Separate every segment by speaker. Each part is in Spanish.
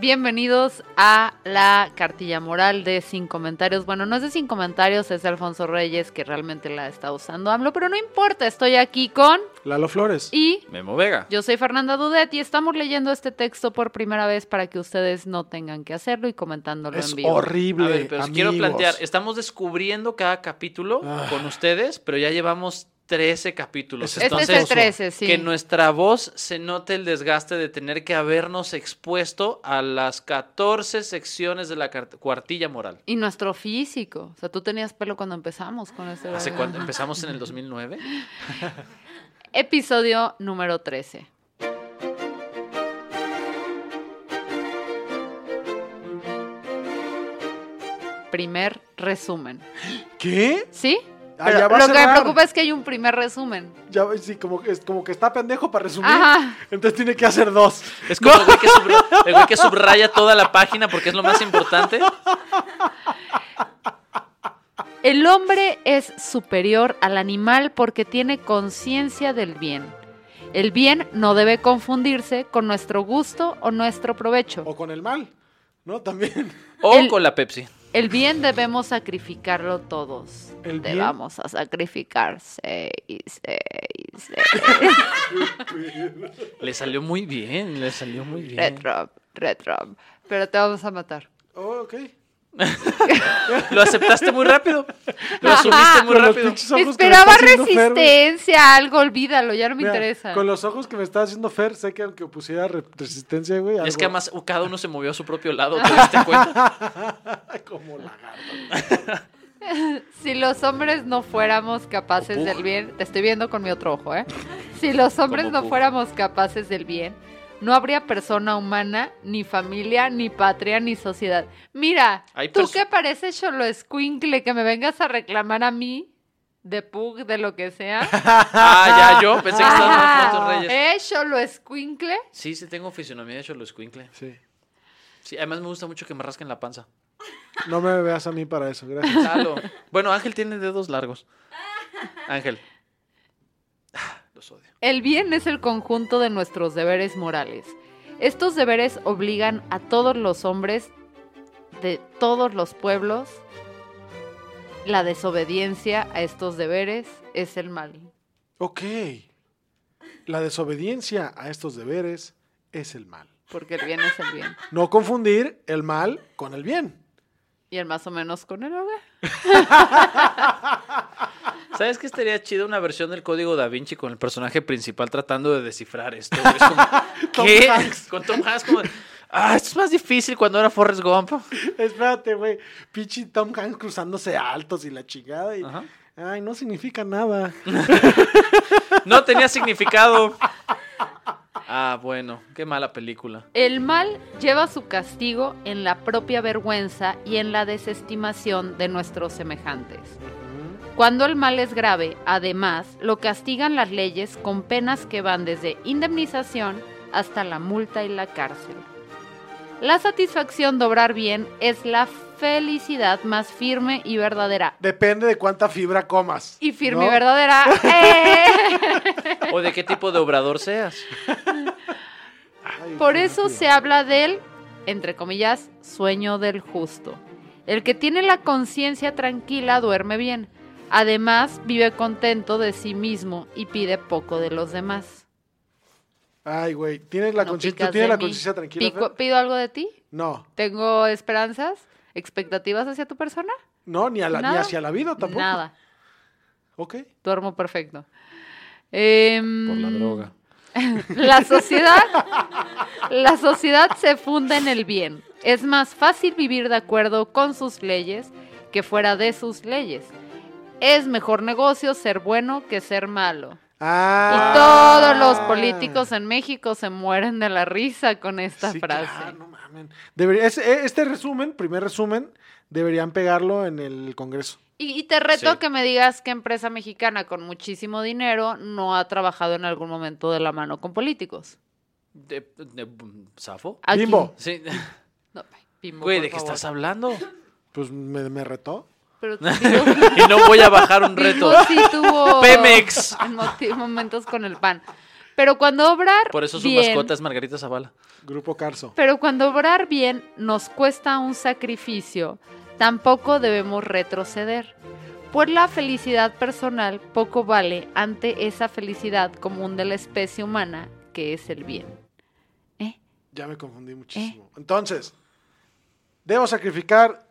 Speaker 1: Bienvenidos a la cartilla moral de Sin Comentarios. Bueno, no es de Sin Comentarios, es de Alfonso Reyes que realmente la está usando AMLO, pero no importa, estoy aquí con...
Speaker 2: Lalo Flores.
Speaker 1: Y
Speaker 3: Memo Vega.
Speaker 1: yo soy Fernanda Dudet y estamos leyendo este texto por primera vez para que ustedes no tengan que hacerlo y comentándolo
Speaker 2: es
Speaker 1: en vivo.
Speaker 2: horrible.
Speaker 3: A ver, pero os quiero
Speaker 2: amigos.
Speaker 3: plantear, estamos descubriendo cada capítulo
Speaker 2: Ah.
Speaker 3: con ustedes, pero ya llevamos 13 capítulos.
Speaker 2: Ese
Speaker 1: Este es el
Speaker 3: Entonces,
Speaker 2: espantoso.
Speaker 1: 13, sí.
Speaker 3: que nuestra voz se note el desgaste de tener que habernos expuesto a las 14 secciones de la cart- cuartilla moral.
Speaker 1: Y nuestro físico. O sea, tú tenías pelo cuando empezamos con este
Speaker 3: ¿Hace
Speaker 1: programa.
Speaker 3: cuánto? ¿Empezamos en el 2009?
Speaker 1: Episodio número 13. Primer resumen.
Speaker 2: ¿Qué?
Speaker 1: ¿Sí?
Speaker 2: Ah,
Speaker 1: Pero
Speaker 2: ya va a
Speaker 1: lo que me
Speaker 2: cerrar.
Speaker 1: preocupa es que hay un primer resumen.
Speaker 2: Ya, sí, como, que- es como que está pendejo para resumir.
Speaker 1: Ajá.
Speaker 2: Entonces tiene que hacer dos.
Speaker 3: Es como el, güey que subra- el güey que subraya toda la página porque es lo más importante.
Speaker 1: El hombre es superior al animal porque tiene conciencia del bien. El bien no debe confundirse con nuestro gusto o nuestro provecho.
Speaker 2: O con el mal. ¿No? También.
Speaker 3: O
Speaker 1: El-
Speaker 3: con la Pepsi.
Speaker 1: El bien debemos sacrificarlo todos.
Speaker 2: ¿El
Speaker 1: Te
Speaker 2: bien?
Speaker 1: vamos a sacrificar. seis, seis, seis.
Speaker 3: Le salió muy bien, le salió muy bien.
Speaker 1: Retro, retro. Pero te vamos a matar.
Speaker 2: Oh, ok.
Speaker 3: Lo aceptaste muy rápido. Lo asumiste muy
Speaker 2: Con los
Speaker 3: rápido.
Speaker 2: pinches ojos que me
Speaker 1: Esperaba
Speaker 2: está haciendo Fer, güey.
Speaker 1: resistencia a algo, olvídalo, ya no me
Speaker 2: Mira,
Speaker 1: interesa.
Speaker 2: Con los ojos que me está haciendo Fer, sé que aunque pusiera re- resistencia, güey.
Speaker 3: Es
Speaker 2: algo-
Speaker 3: que además cada uno se movió a su propio lado, ¿te diste cuenta?
Speaker 2: como lagarto.
Speaker 1: Si los hombres no fuéramos capaces
Speaker 3: Pug.
Speaker 1: del bien, te estoy viendo con mi otro ojo, ¿eh? Si los hombres
Speaker 3: Como
Speaker 1: no
Speaker 3: Pug.
Speaker 1: fuéramos capaces del bien, no habría persona humana, ni familia, ni patria, ni sociedad. Mira,
Speaker 3: Hay
Speaker 1: tú
Speaker 3: perso-
Speaker 1: que pareces cholo escuincle, que me vengas a reclamar a mí de pug, de lo que sea.
Speaker 3: Ah, ya yo, pensé que
Speaker 1: Ajá.
Speaker 3: estaban los reyes.
Speaker 1: ¿Eh, cholo escuincle?
Speaker 3: Sí, sí tengo fisionomía de Choloscuincle.
Speaker 2: Sí.
Speaker 3: Sí, además me gusta mucho que me rasquen la panza.
Speaker 2: No me veas a mí para eso, gracias.
Speaker 3: Salo. Bueno, Ángel tiene dedos largos. Ángel. Ah, Los odio.
Speaker 1: El bien es el conjunto de nuestros deberes morales. Estos deberes obligan a todos los hombres de todos los pueblos. La desobediencia a estos deberes es el mal.
Speaker 2: Ok. La desobediencia a estos deberes es el mal.
Speaker 1: Porque el bien es el bien.
Speaker 2: No confundir el mal con el bien.
Speaker 1: Y el más o menos con el hogar.
Speaker 3: ¿Sabes qué estaría chido una versión del código da Vinci con el personaje principal tratando de descifrar esto? güey? Es como,
Speaker 2: Tom
Speaker 3: ¿Qué?
Speaker 2: Hanks.
Speaker 3: Con Tom Hanks como, ah, esto es más difícil cuando era Forrest Gump.
Speaker 2: Espérate, güey. Pichi Tom Hanks cruzándose altos y la chingada. Y...
Speaker 3: Ajá.
Speaker 2: Ay, no significa nada.
Speaker 3: No tenía significado. Ah, bueno, qué mala película.
Speaker 1: El mal lleva su castigo en la propia vergüenza y en la desestimación de nuestros semejantes. Cuando el mal es grave, además, lo castigan las leyes con penas que van desde indemnización hasta la multa y la cárcel. La satisfacción de obrar bien es la felicidad más firme y verdadera.
Speaker 2: Depende de cuánta fibra comas.
Speaker 1: Y firme y
Speaker 2: ¿no?
Speaker 1: verdadera. ¡eh!
Speaker 3: O de qué tipo de obrador seas.
Speaker 2: Ay,
Speaker 1: Por
Speaker 2: qué
Speaker 1: eso
Speaker 2: rápido.
Speaker 1: se habla del, entre comillas, sueño del justo. El que tiene la conciencia tranquila duerme bien. Además, vive contento de sí mismo y pide poco de los demás.
Speaker 2: Ay, güey. ¿Tienes la
Speaker 1: No
Speaker 2: conciencia,
Speaker 1: picas
Speaker 2: ¿tú tienes
Speaker 1: de
Speaker 2: la
Speaker 1: mí.
Speaker 2: conciencia tranquila?
Speaker 1: Pico-
Speaker 2: Fer?
Speaker 1: ¿Pido algo de ti?
Speaker 2: No.
Speaker 1: ¿Tengo esperanzas? ¿Expectativas hacia tu persona?
Speaker 2: No, ni, a la- ni
Speaker 1: Nada.
Speaker 2: hacia la vida tampoco.
Speaker 1: Nada.
Speaker 2: Ok.
Speaker 1: Duermo perfecto. Em,
Speaker 3: Por la droga.
Speaker 1: La sociedad, la sociedad se funda en el bien. Es más fácil vivir de acuerdo con sus leyes que fuera de sus leyes. Es mejor negocio ser bueno que ser malo. Y
Speaker 2: Ah.
Speaker 1: todos los políticos en México se mueren de la risa con esta
Speaker 2: Sí,
Speaker 1: frase.
Speaker 2: claro, no mamen. Debería- es- e- este resumen, primer resumen, deberían pegarlo en el Congreso.
Speaker 1: Y, y te reto
Speaker 3: Sí.
Speaker 1: que me digas qué empresa mexicana con muchísimo dinero no ha trabajado en algún momento de la mano con políticos.
Speaker 3: De, de- ¿Zafo?
Speaker 1: Aquí-
Speaker 2: Bimbo.
Speaker 3: Sí.
Speaker 1: No, Bimbo,
Speaker 3: Güey,
Speaker 1: por
Speaker 3: ¿de qué
Speaker 1: favor.
Speaker 3: estás hablando?
Speaker 2: Pues me, me retó.
Speaker 1: Pero Bimbo-
Speaker 3: Y no voy a bajar un
Speaker 1: Bimbo
Speaker 3: reto.
Speaker 1: sí tuvo
Speaker 3: Pemex.
Speaker 1: moti- momentos con el pan. Pero cuando obrar
Speaker 3: Por eso su
Speaker 1: bien,
Speaker 3: mascota es Margarita Zavala.
Speaker 2: Grupo Carso.
Speaker 1: pero cuando obrar bien nos cuesta un sacrificio, tampoco debemos retroceder. Pues la felicidad personal poco vale ante esa felicidad común de la especie humana, que es el bien. ¿Eh?
Speaker 2: Ya me confundí muchísimo. Entonces, ¿debo sacrificar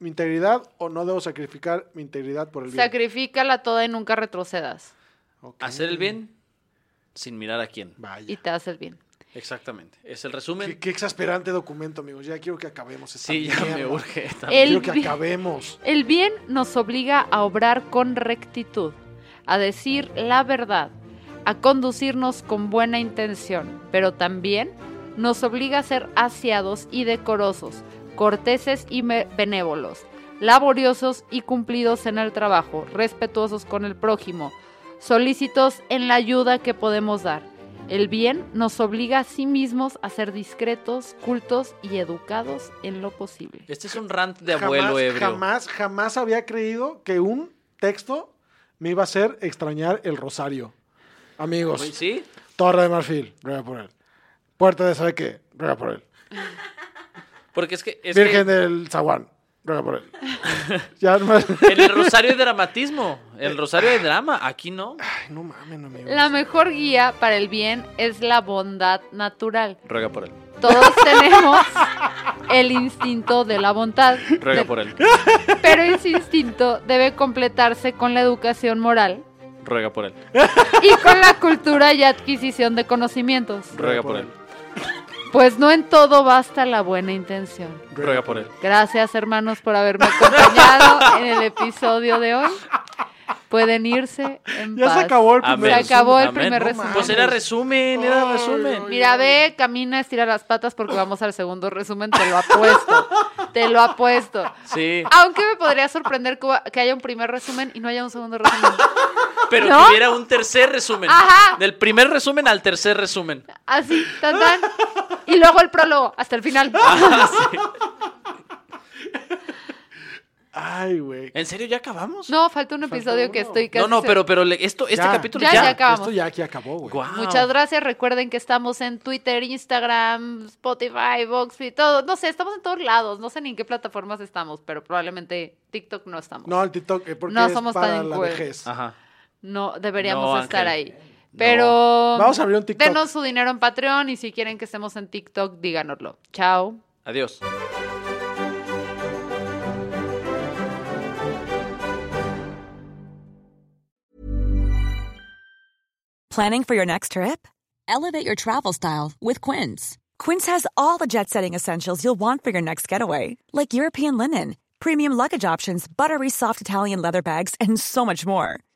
Speaker 2: mi integridad o no debo sacrificar mi integridad por el bien?
Speaker 1: Sacrifícala toda y nunca retrocedas.
Speaker 2: Ok.
Speaker 3: Hacer el bien sin mirar a quién.
Speaker 1: Y
Speaker 2: Vaya.
Speaker 1: te haces el bien.
Speaker 3: Exactamente. Es el resumen.
Speaker 2: Qué, qué exasperante documento, amigos. Ya quiero que acabemos. esta
Speaker 3: Sí, ya me
Speaker 2: mierda.
Speaker 3: urge.
Speaker 1: El-
Speaker 2: Quiero que
Speaker 1: bien.
Speaker 2: acabemos.
Speaker 1: El bien nos obliga a obrar con rectitud, a decir la verdad, a conducirnos con buena intención, pero también nos obliga a ser aseados y decorosos, corteses y me- benévolos, laboriosos y cumplidos en el trabajo, respetuosos con el prójimo, solícitos en la ayuda que podemos dar. El bien nos obliga a sí mismos a ser discretos, cultos y educados en lo posible.
Speaker 3: Este es un rant de abuelo
Speaker 2: jamás,
Speaker 3: ebrio.
Speaker 2: Jamás, jamás había creído que un texto me iba a hacer extrañar el rosario. Amigos,
Speaker 3: Güey, Pues ¿Sí?
Speaker 2: Torre de Marfil, ruega por él. Puerta de sabe qué, ruega por él.
Speaker 3: Porque es que. es que
Speaker 2: Virgen del Zaguán, ruega por él. ya no más.
Speaker 3: En el rosario hay dramatismo. El rosario de drama. Aquí no.
Speaker 2: Ay, no mamen, amigos.
Speaker 1: La mejor guía para el bien es la bondad natural.
Speaker 3: Ruega por él.
Speaker 1: Todos tenemos el instinto de la bondad,
Speaker 3: Ruega por él.
Speaker 1: pero ese instinto debe completarse con la educación moral
Speaker 3: Ruega por él.
Speaker 1: y con la cultura y adquisición de conocimientos.
Speaker 3: Ruega por él.
Speaker 1: Pues no en todo basta la buena intención.
Speaker 3: Ruega por él.
Speaker 1: Gracias hermanos por haberme acompañado en el episodio de hoy. Pueden irse en
Speaker 2: Ya
Speaker 1: paz.
Speaker 2: se acabó el
Speaker 3: Amén.
Speaker 2: primer.
Speaker 1: Se acabó el
Speaker 3: Amén.
Speaker 1: primer
Speaker 3: No
Speaker 1: resumen.
Speaker 3: Pues era resumen, era
Speaker 2: Ay,
Speaker 3: resumen.
Speaker 2: ay,
Speaker 1: Mira, ve, camina, estira las patas porque vamos al segundo resumen, te lo apuesto. te lo apuesto.
Speaker 3: Sí.
Speaker 1: Aunque me podría sorprender que huba- que haya un primer resumen y no haya un segundo resumen.
Speaker 3: Pero
Speaker 1: ¿No?
Speaker 3: que hubiera un tercer resumen.
Speaker 1: Ajá.
Speaker 3: Del primer resumen al tercer resumen.
Speaker 1: Así, tan tan. Y luego el prólogo, hasta el final.
Speaker 2: Ay, güey.
Speaker 3: ¿En serio ya acabamos?
Speaker 1: No, falta un episodio
Speaker 2: uno.
Speaker 1: que estoy casi.
Speaker 3: no, no,
Speaker 1: se-
Speaker 3: pero, pero le- esto, este
Speaker 2: Ya.
Speaker 3: capítulo
Speaker 1: Ya,
Speaker 3: ya.
Speaker 1: ya acabamos.
Speaker 2: Esto ya aquí acabó, güey.
Speaker 3: Guau.
Speaker 1: Muchas gracias. Recuerden que estamos en Twitter, Instagram, Spotify, Vox y todo. No sé, estamos en todos lados. No sé ni en qué plataformas estamos, pero probablemente TikTok no estamos.
Speaker 2: No, el TikTok, eh, porque
Speaker 1: No
Speaker 2: es
Speaker 1: somos
Speaker 2: para
Speaker 1: tan
Speaker 2: la
Speaker 1: güey. Ah,
Speaker 2: vejez.
Speaker 3: Ajá.
Speaker 1: No, deberíamos
Speaker 3: No,
Speaker 1: estar
Speaker 3: Ángel.
Speaker 1: ahí. Pero
Speaker 2: Vamos a abrir un TikTok.
Speaker 1: denos su dinero en Patreon y si quieren que estemos en TikTok, díganoslo. Chao.
Speaker 3: Adiós.
Speaker 4: Planning for your next trip?
Speaker 5: Elevate your travel style with Quince.
Speaker 4: Quince has all the jet setting essentials you'll want for your next getaway, like European linen, premium luggage options, buttery soft Italian leather bags, and so much more.